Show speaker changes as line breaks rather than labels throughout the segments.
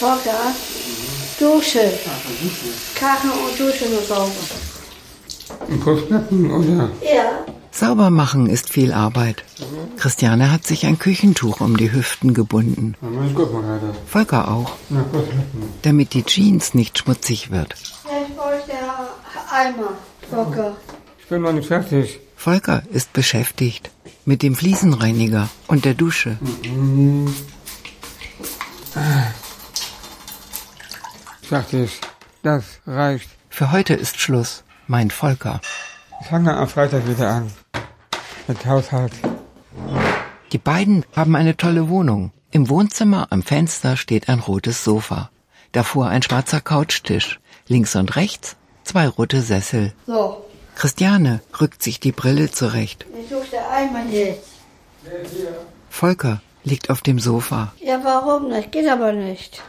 Wasser, Dusche, Karren und Dusche nur sauber.
Ein oh Kochknappen oder?
Ja.
Saubermachen ist viel Arbeit. Christiane hat sich ein Küchentuch um die Hüften gebunden.
Na, mein Gott, man hat das.
Volker auch,
Na, Kochknappen.
damit die Jeans nicht schmutzig wird.
Ich bräuchte Eimer, Bocker.
Ich bin noch nicht fertig.
Volker ist beschäftigt mit dem Fliesenreiniger und der Dusche.
Fertig. Das reicht.
Für heute ist Schluss, meint Volker.
Ich fange am Freitag wieder an. Mit Haushalt.
Die beiden haben eine tolle Wohnung. Im Wohnzimmer am Fenster steht ein rotes Sofa. Davor ein schwarzer Couchtisch. Links und rechts zwei rote Sessel.
So,
Christiane rückt sich die Brille zurecht.
ich suche Eimer nicht.
Volker liegt auf dem Sofa.
Ja, warum nicht? Geht aber nicht.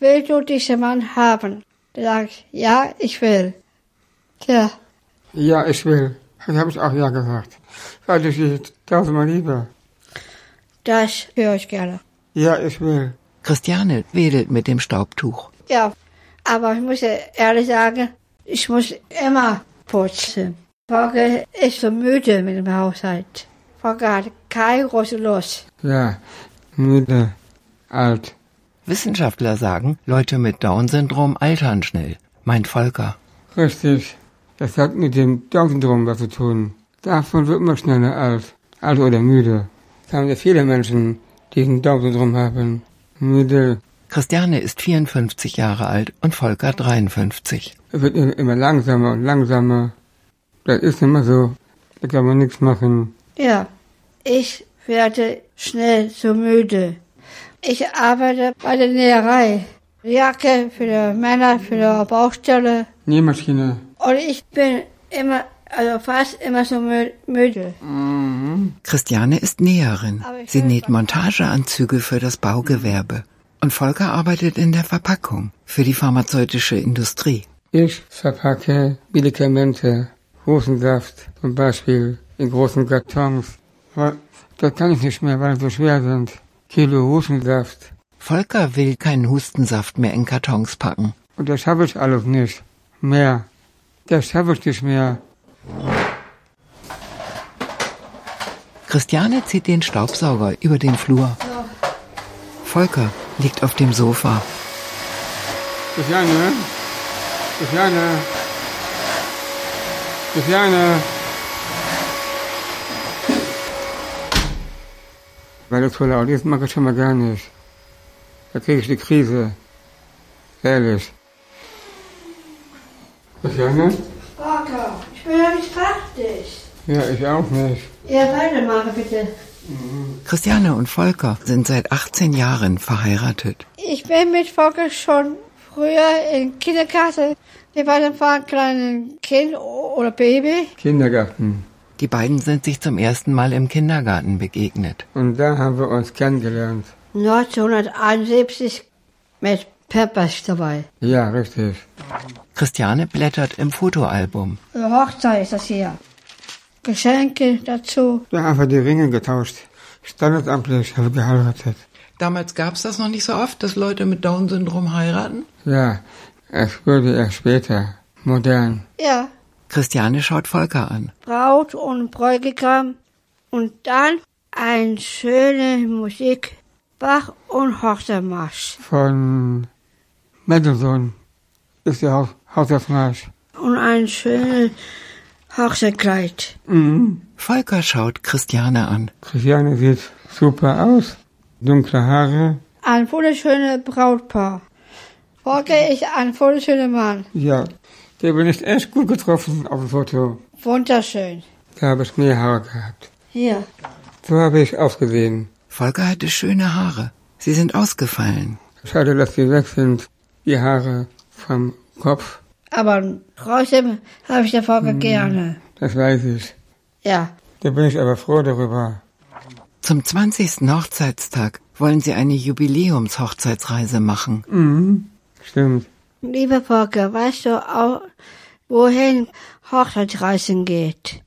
Will du diesen Mann haben? Der sagt, ja, ich will. Tja,
Ja, ich will. Das habe ich auch ja gesagt. Weil ich dich tausendmal liebe.
das höre ich gerne.
Ja, ich will.
Christiane wedelt mit dem Staubtuch.
Ja, aber ich muss ja ehrlich sagen, ich muss immer putzen. Volker ist so müde mit dem Haushalt. Volker hat keine große Lust.
Ja, müde, alt.
Wissenschaftler sagen, Leute mit Down-Syndrom altern schnell, meint Volker.
Richtig. Das hat mit dem Down-Syndrom was zu tun. Davon wird man schneller alt. Alt oder müde. Es haben ja viele Menschen, die ein Down-Syndrom haben. Müde.
Christiane ist 54 Jahre alt und Volker 53.
Es wird im- immer langsamer und langsamer. Das ist immer so. Da kann man nichts machen.
Ja, ich werde schnell so müde. Ich arbeite bei der Näherei. Jacke für die Männer, für die Baustelle.
Nähmaschine.
Und ich bin immer, also fast immer so mü- müde.
Christiane ist Näherin.
Aber ich
Sie
will-
näht Montageanzüge für das Baugewerbe. Und Volker arbeitet in der Verpackung für die pharmazeutische Industrie.
Ich verpacke Medikamente, Rosensaft zum Beispiel, in großen Kartons. Aber das kann ich nicht mehr, weil sie so schwer sind. Kilo Rosensaft.
Volker will keinen Hustensaft mehr in Kartons packen.
Und das schaffe ich alles nicht. Mehr. Das schaffe ich nicht mehr.
Christiane zieht den Staubsauger über den Flur. Volker liegt auf dem Sofa.
Christiane? Christiane? Christiane? Weil es so laut ist, mag ich schon mal gar nicht. Da kriege ich die Krise. Ehrlich. Christiane?
Volker, ich bin ja nicht fertig.
Ja, ich auch nicht.
Ja, weitermachen bitte.
Christiane und Volker sind seit 18 Jahren verheiratet.
Ich bin mit Volker schon früher in Kinderkasse. Wir beiden waren kleinen Kind oder Baby.
Kindergarten.
Die beiden sind sich zum ersten Mal im Kindergarten begegnet.
Und da haben wir uns kennengelernt.
1971 mit Peppers dabei.
Ja, richtig.
Christiane blättert im Fotoalbum.
Eine Hochzeit ist das hier. Geschenke dazu.
Da haben wir die Ringe getauscht. Standesamtlich habe ich geheiratet.
Damals gab es das noch nicht so oft, dass Leute mit Down-Syndrom heiraten.
Ja, es wurde erst später modern.
Ja,
Christiane schaut Volker an.
Braut und Bräutigam. Und dann eine schöne Musik. Bach und Hochzeitmarsch.
Von Mendelssohn ist der Haus Hausaufmarsch.
Und ein schönes Hochzeitkleid.
Mhm.
Volker schaut Christiane an.
Christiane sieht super aus. Dunkle Haare.
Ein wunderschönes Brautpaar. Volker ist ein wunderschöner Mann.
Ja, der bin ich echt gut getroffen auf dem Foto.
Wunderschön.
Da habe ich mehr Haare gehabt.
Hier.
So habe ich ausgesehen.
Volker hatte schöne Haare. Sie sind ausgefallen.
Schade, dass die weg sind. Die Haare vom Kopf,
Aber trotzdem habe ich den Volker gerne.
das weiß ich.
Mhm. Ja.
Da bin ich aber froh darüber.
Zum 20. Hochzeitstag wollen sie eine Jubiläumshochzeitsreise machen.
Mhm. Stimmt.
Lieber Volker, weißt du auch, wohin Hochzeitsreisen geht?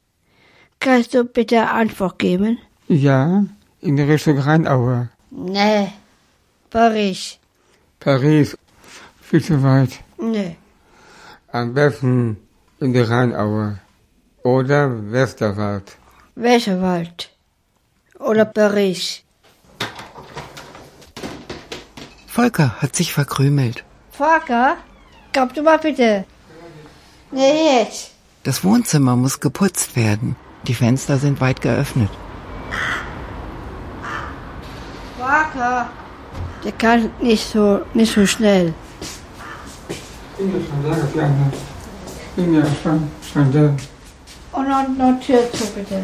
Kannst du bitte Antwort geben?
Ja, in die Richtung Rheinaue.
Nee. Paris.
Paris, viel zu weit.
Nee.
Am besten in die Rheinaue oder Westerwald.
Westerwald. Oder Paris.
Volker hat sich verkrümelt.
Volker, komm du mal bitte. Nee, jetzt.
Das Wohnzimmer muss geputzt werden. Die Fenster sind weit geöffnet.
Volker. Der kann nicht so, nicht so schnell.
Bin ja schon sehr gerne. Bin ja schon, schon da.
Und noch, noch Tür zu bitte.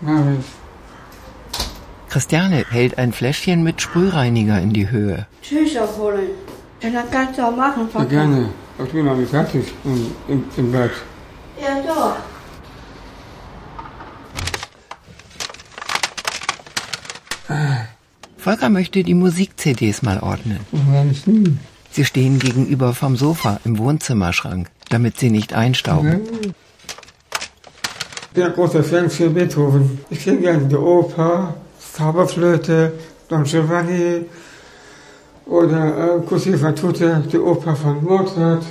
Mach ich.
Christiane hält ein Fläschchen mit Sprühreiniger in die Höhe.
Tücher holen. Und dann kannst du auch machen,
Sehr
Volker.
gerne. Aber ich bin noch nicht fertig im, im, im Bett.
Ja, doch.
Volker möchte die Musik-CDs mal ordnen.
Mensch, hm.
Sie stehen gegenüber vom Sofa im Wohnzimmerschrank, damit sie nicht einstauben.
Ich bin ein großer Fan für Beethoven. Ich singe gerne die Oper, Zauberflöte, Don Giovanni oder äh, Così fan tutte, die Oper von Mozart.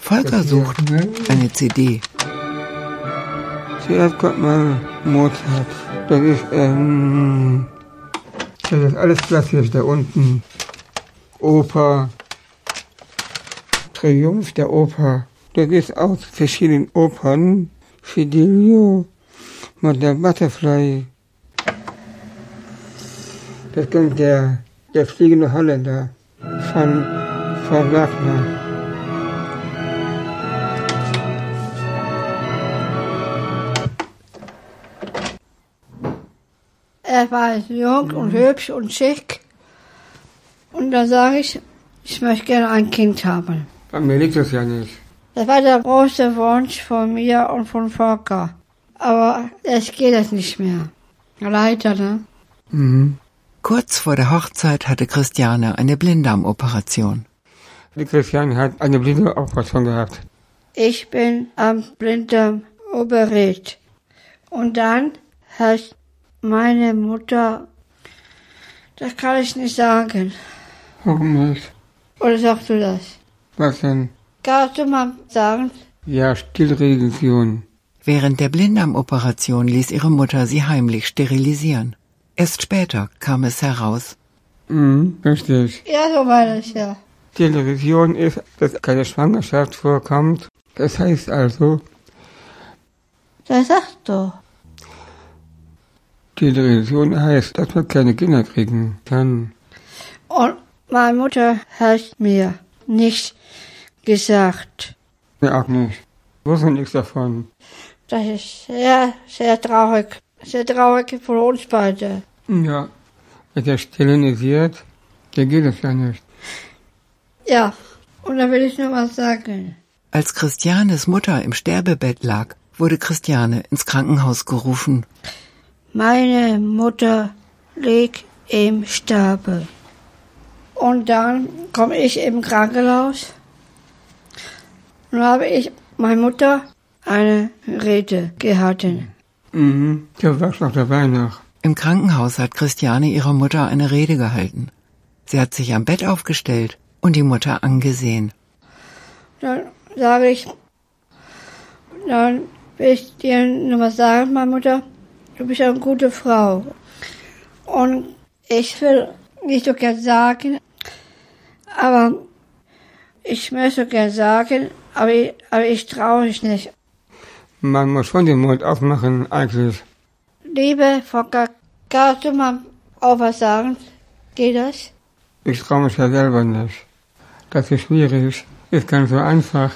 Volker sucht
ne?
eine CD.
Zuerst kommt mal Mozart. Das ist, ähm, das ist alles klassisch da unten. Oper. Triumph der Oper. Das ist aus verschiedenen Opern. Fidelio, Madame Butterfly. Das kommt der, der fliegende Holländer von, von Wagner.
Er war jung und hübsch und schick. Und da sage ich, ich möchte gerne ein Kind haben.
Bei mir liegt das ja nicht.
Das war der große Wunsch von mir und von Volker. Aber es geht jetzt nicht mehr. Leider, ne?
Mhm.
Kurz vor der Hochzeit hatte Christiane eine Blinddarmoperation.
Die Christiane hat eine blinde Operation gehabt.
Ich bin am Blinddarm operiert. Und dann hat meine Mutter, das kann ich nicht sagen.
Warum nicht?
Oder sagst du das?
Was denn?
Kannst du mal sagen?
Ja, Stillreligion.
Während der Blinddarmoperation ließ ihre Mutter sie heimlich sterilisieren. Erst später kam es heraus.
Mhm, richtig.
Ja, so meine ich ja.
Stillreligion ist, dass keine Schwangerschaft vorkommt. Das heißt also,
Das sagst du.
Stillreligion heißt, dass man keine Kinder kriegen kann.
Und meine Mutter hat mir nicht gesagt.
Ja, auch nicht. Wusste nichts davon.
Das ist sehr, sehr traurig. Sehr traurig für uns beide.
Ja. Wenn er sterilisiert, dann geht es ja nicht.
Ja, und da will ich noch was sagen.
Als Christianes Mutter im Sterbebett lag, wurde Christiane ins Krankenhaus gerufen.
Meine Mutter liegt im Sterbe. Und dann komme ich im Krankenhaus und habe ich meine Mutter eine Rede gehalten.
Mhm. Da war's noch dabei noch.
Im Krankenhaus hat Christiane ihrer Mutter eine Rede gehalten. Sie hat sich am Bett aufgestellt und die Mutter angesehen.
Dann sage ich, dann will ich dir nur was sagen, meine Mutter. Du bist eine gute Frau. Und ich will nicht so gern sagen, aber ich möchte gern sagen, aber ich, aber ich traue mich nicht.
Man muss schon den Mund aufmachen, eigentlich.
Liebe Volker, kannst du mal auch was sagen? Geht das?
Ich traue mich ja selber nicht. Das ist schwierig. Ist ganz so einfach.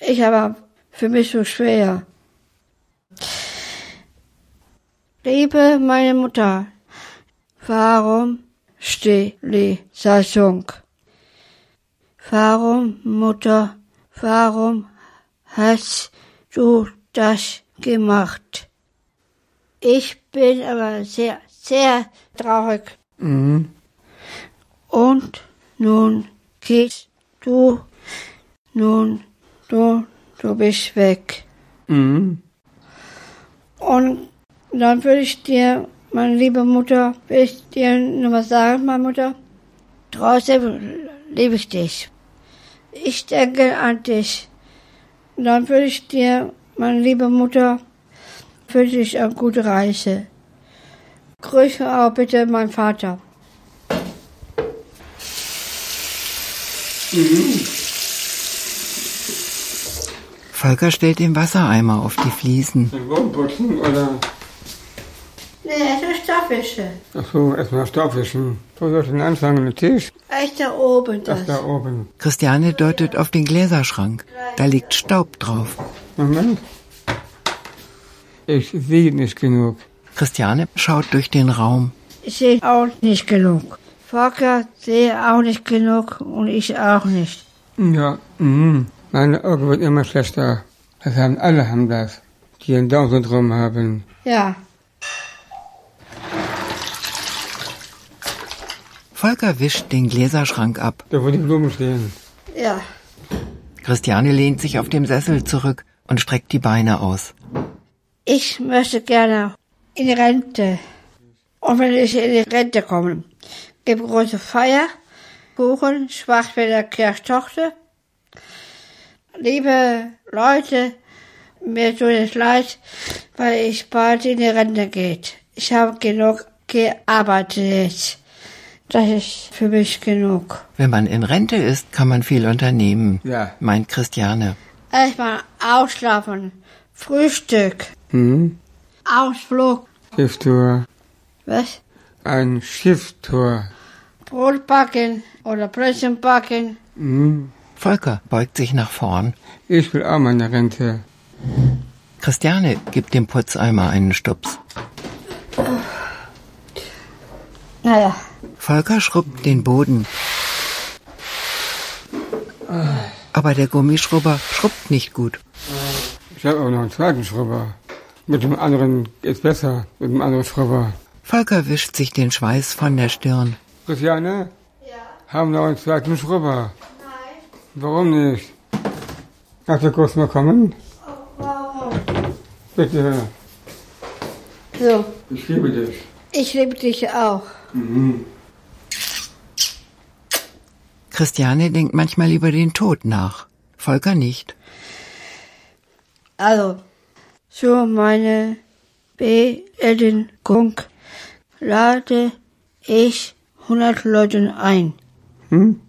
Ich habe für mich so schwer. Liebe meine Mutter, warum Sterilisation? Warum, Mutter, warum hast du das gemacht? Ich bin aber sehr, sehr traurig.
Mhm.
Und nun gehst du, nun du, du bist weg.
Mhm.
Und Dann würde ich dir, meine liebe Mutter, will ich dir nur was sagen, meine Mutter. Trotzdem liebe ich dich. Ich denke an dich. Dann würde ich dir, meine liebe Mutter, wünsche ich eine gute Reise. Grüße auch bitte meinen Vater.
Volker stellt den Wassereimer auf die Fliesen.
Den Wurmputzen oder?
Nee, es ist Staffische.
Ach so, erstmal Staubwischen. Wo soll ich denn anfangen? Der Tisch?
Echt da oben
Das
das.
da oben.
Christiane deutet auf den Gläserschrank. Da liegt Staub drauf.
Moment. Ich sehe nicht genug.
Christiane schaut durch den Raum.
Ich sehe auch nicht genug. Volker sehe auch nicht genug und ich auch nicht.
Ja, mhm. Meine Augen wird immer schlechter. Das haben alle haben das, die ein Down-Syndrom haben.
Ja,
Volker wischt den Gläserschrank ab.
Da wo die Blumen stehen.
ja.
Christiane lehnt sich auf dem Sessel zurück und streckt die Beine aus.
Ich möchte gerne in die Rente. Und wenn ich in die Rente komme, gibt große Feier, Kuchen, Schwarzwälder Kirchtochter. Liebe Leute, mir tut es leid, weil ich bald in die Rente geht. Ich habe genug gearbeitet. Das ist für mich genug.
Wenn man in Rente ist, kann man viel unternehmen,
Ja.
meint Christiane.
Erstmal ausschlafen, Frühstück,
Hm?
Ausflug,
Schifftor.
was?
Ein Schifftor.
Brot backen oder Brötchen backen.
Hm?
Volker beugt sich nach vorn.
Ich will auch meine Rente.
Christiane gibt dem Putzeimer einen Stups.
Naja,
Volker schrubbt den Boden. Aber der Gummischrubber schrubbt nicht gut.
Ich habe auch noch einen zweiten Schrubber. Mit dem anderen geht's besser. Mit dem anderen Schrubber.
Volker wischt sich den Schweiß von der Stirn.
Christiane? Ja. Haben noch einen zweiten Schrubber? Nein. Warum nicht? Kannst du kurz mal kommen? Bitte.
so.
Ich liebe dich.
Ich liebe dich auch.
Christiane denkt manchmal über den Tod nach. Volker nicht.
Also, für meine Beerdigung lade ich 100 Leute ein.
Hm?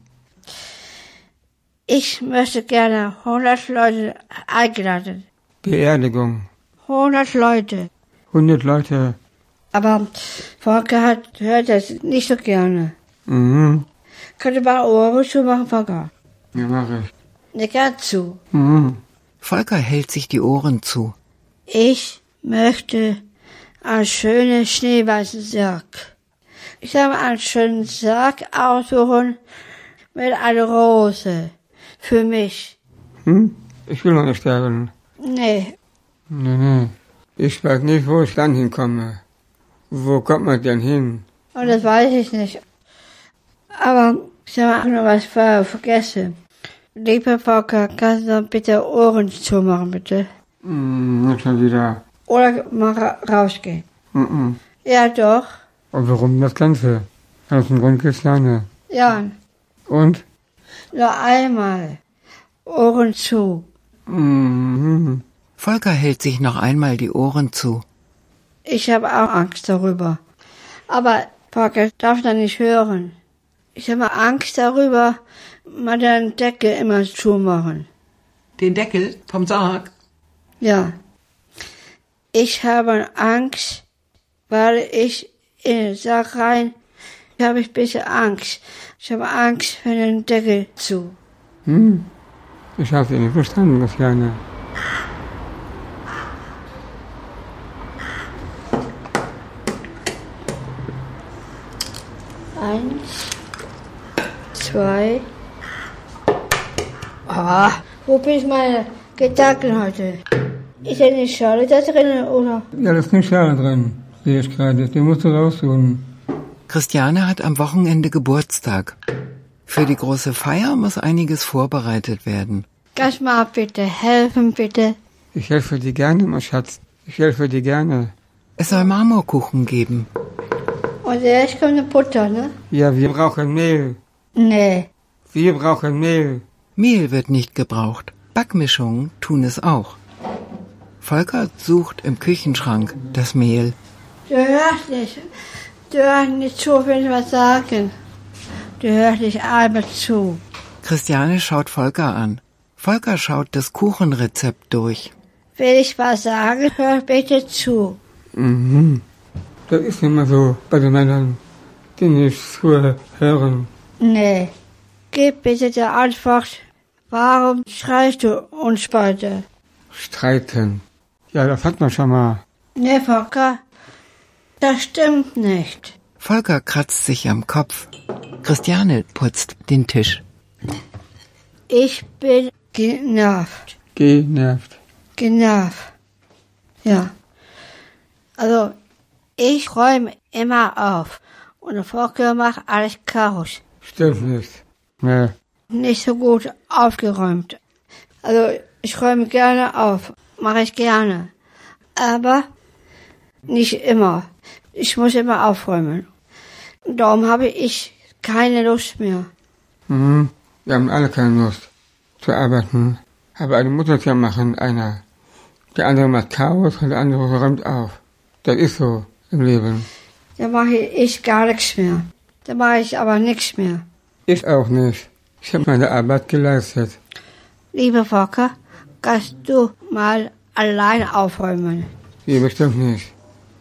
Ich möchte gerne 100 Leute eingeladen.
Beerdigung.
100 Leute.
100 Leute.
Aber Volker hat, hört das nicht so gerne.
Mhm.
Könnte man Ohren zu machen, Volker?
Ja, mach ich.
Nicht ganz zu.
Mhm.
Volker hält sich die Ohren zu.
Ich möchte einen schönen schneeweißen Sarg. Ich habe einen schönen Sarg aussuchen mit einer Rose. Für mich.
Hm? Ich will noch nicht sterben.
Nee,
Nee, nee. Ich weiß nicht, wo ich dann hinkomme. Wo kommt man denn hin?
und das weiß ich nicht. Aber ich habe auch noch was vorher vergessen. Liebe Volker, kannst du bitte Ohren zumachen, bitte?
Hm, nicht schon wieder.
Oder mal ra- rausgehen.
Mhm.
Ja, doch.
Und warum das Ganze? Aus dem Grund Christiane.
Ja,
Und?
nur einmal. Ohren zu.
Mhm.
Volker hält sich noch einmal die Ohren zu.
Ich habe auch Angst darüber. Aber Parker darf da nicht hören. Ich habe Angst darüber, meine Decke immer zumachen.
Den Deckel vom Sarg.
Ja. Ich habe Angst, weil ich in den Sack rein habe ich ein bisschen Angst. Ich habe Angst für den Deckel zu.
Hm? Ich habe sie nicht verstanden, Christiane.
Eins, zwei. Ah, wo bin ich meine Gedanken heute? Ist ja nicht Schale da drinnen, oder?
Ja, da ist eine Schale drin, sehe ich gerade. Den musst du raussuchen.
Christiane hat am Wochenende Geburtstag. Für die große Feier muss einiges vorbereitet werden.
Kannst du mal bitte helfen, bitte?
Ich helfe dir gerne, mein Schatz. Ich helfe dir gerne.
Es soll Marmorkuchen geben.
Und jetzt kommt eine Butter, ne?
Ja, wir brauchen Mehl.
Nee.
Wir brauchen Mehl.
Mehl wird nicht gebraucht. Backmischungen tun es auch. Volker sucht im Küchenschrank das Mehl.
Du hörst nicht. Du hörst nicht zu, wenn ich was sage. Du hörst nicht einmal zu.
Christiane schaut Volker an. Volker schaut das Kuchenrezept durch.
Wenn ich was sage, hör bitte zu.
Mhm. Das ist immer so bei den Männern, die nicht zuhören.
Nee. Gib bitte die Antwort. Warum schreist du uns beide?
Streiten. Ja, das hat man schon mal.
Nee, Ne, Volker. Das stimmt nicht.
Volker kratzt sich am Kopf. Christiane putzt den Tisch.
Ich bin genervt.
Genervt.
Genervt. Ja. Also, ich räume immer auf. Und Volker macht alles Chaos.
Stimmt nicht. Nee.
nicht so gut aufgeräumt. Also ich räume gerne auf, mache ich gerne, aber nicht immer. Ich muss immer aufräumen. Darum habe ich keine Lust mehr.
Mhm. Wir haben alle keine Lust zu arbeiten. Aber eine Mutter kann machen, einer. Der andere macht Chaos und der andere räumt auf. Das ist so im Leben.
Dann mache ich gar nichts mehr. Dann mache ich aber nichts mehr.
Ich auch nicht. Ich habe meine Arbeit geleistet.
Liebe Volker, kannst du mal allein aufräumen?
Die bestimmt nicht.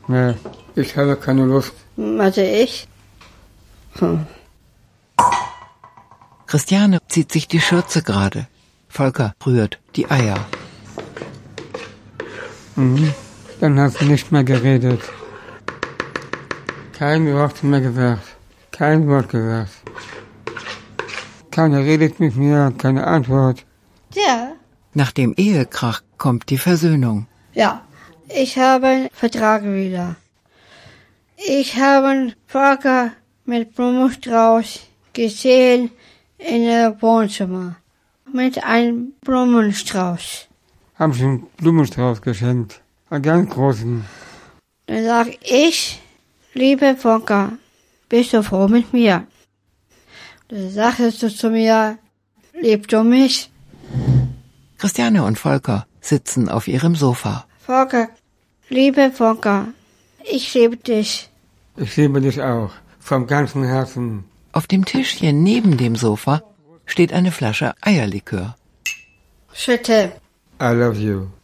Nee. Ich habe keine Lust.
Warte, ich? Hm.
Christiane zieht sich die Schürze gerade. Volker rührt die Eier.
Dann hast du nicht mehr geredet. Kein Wort mehr gesagt. Kein Wort gesagt. Keiner redet mit mir, keine Antwort.
Ja.
Nach dem Ehekrach kommt die Versöhnung.
Ja, ich habe einen Vertrag wieder. Ich habe Volker mit Blumenstrauß gesehen in der Wohnzimmer. Mit einem Blumenstrauß.
Haben schon einen Blumenstrauß geschenkt. Einen ganz großen.
Dann sag ich, liebe Volker, bist du froh mit mir? Dann sagtest du zu mir, liebst du mich?
Christiane und Volker sitzen auf ihrem Sofa.
Volker, liebe Volker, ich liebe dich.
Ich liebe dich auch. Vom ganzen Herzen.
Auf dem Tischchen neben dem Sofa steht eine Flasche Eierlikör.
Schütte.
I love you.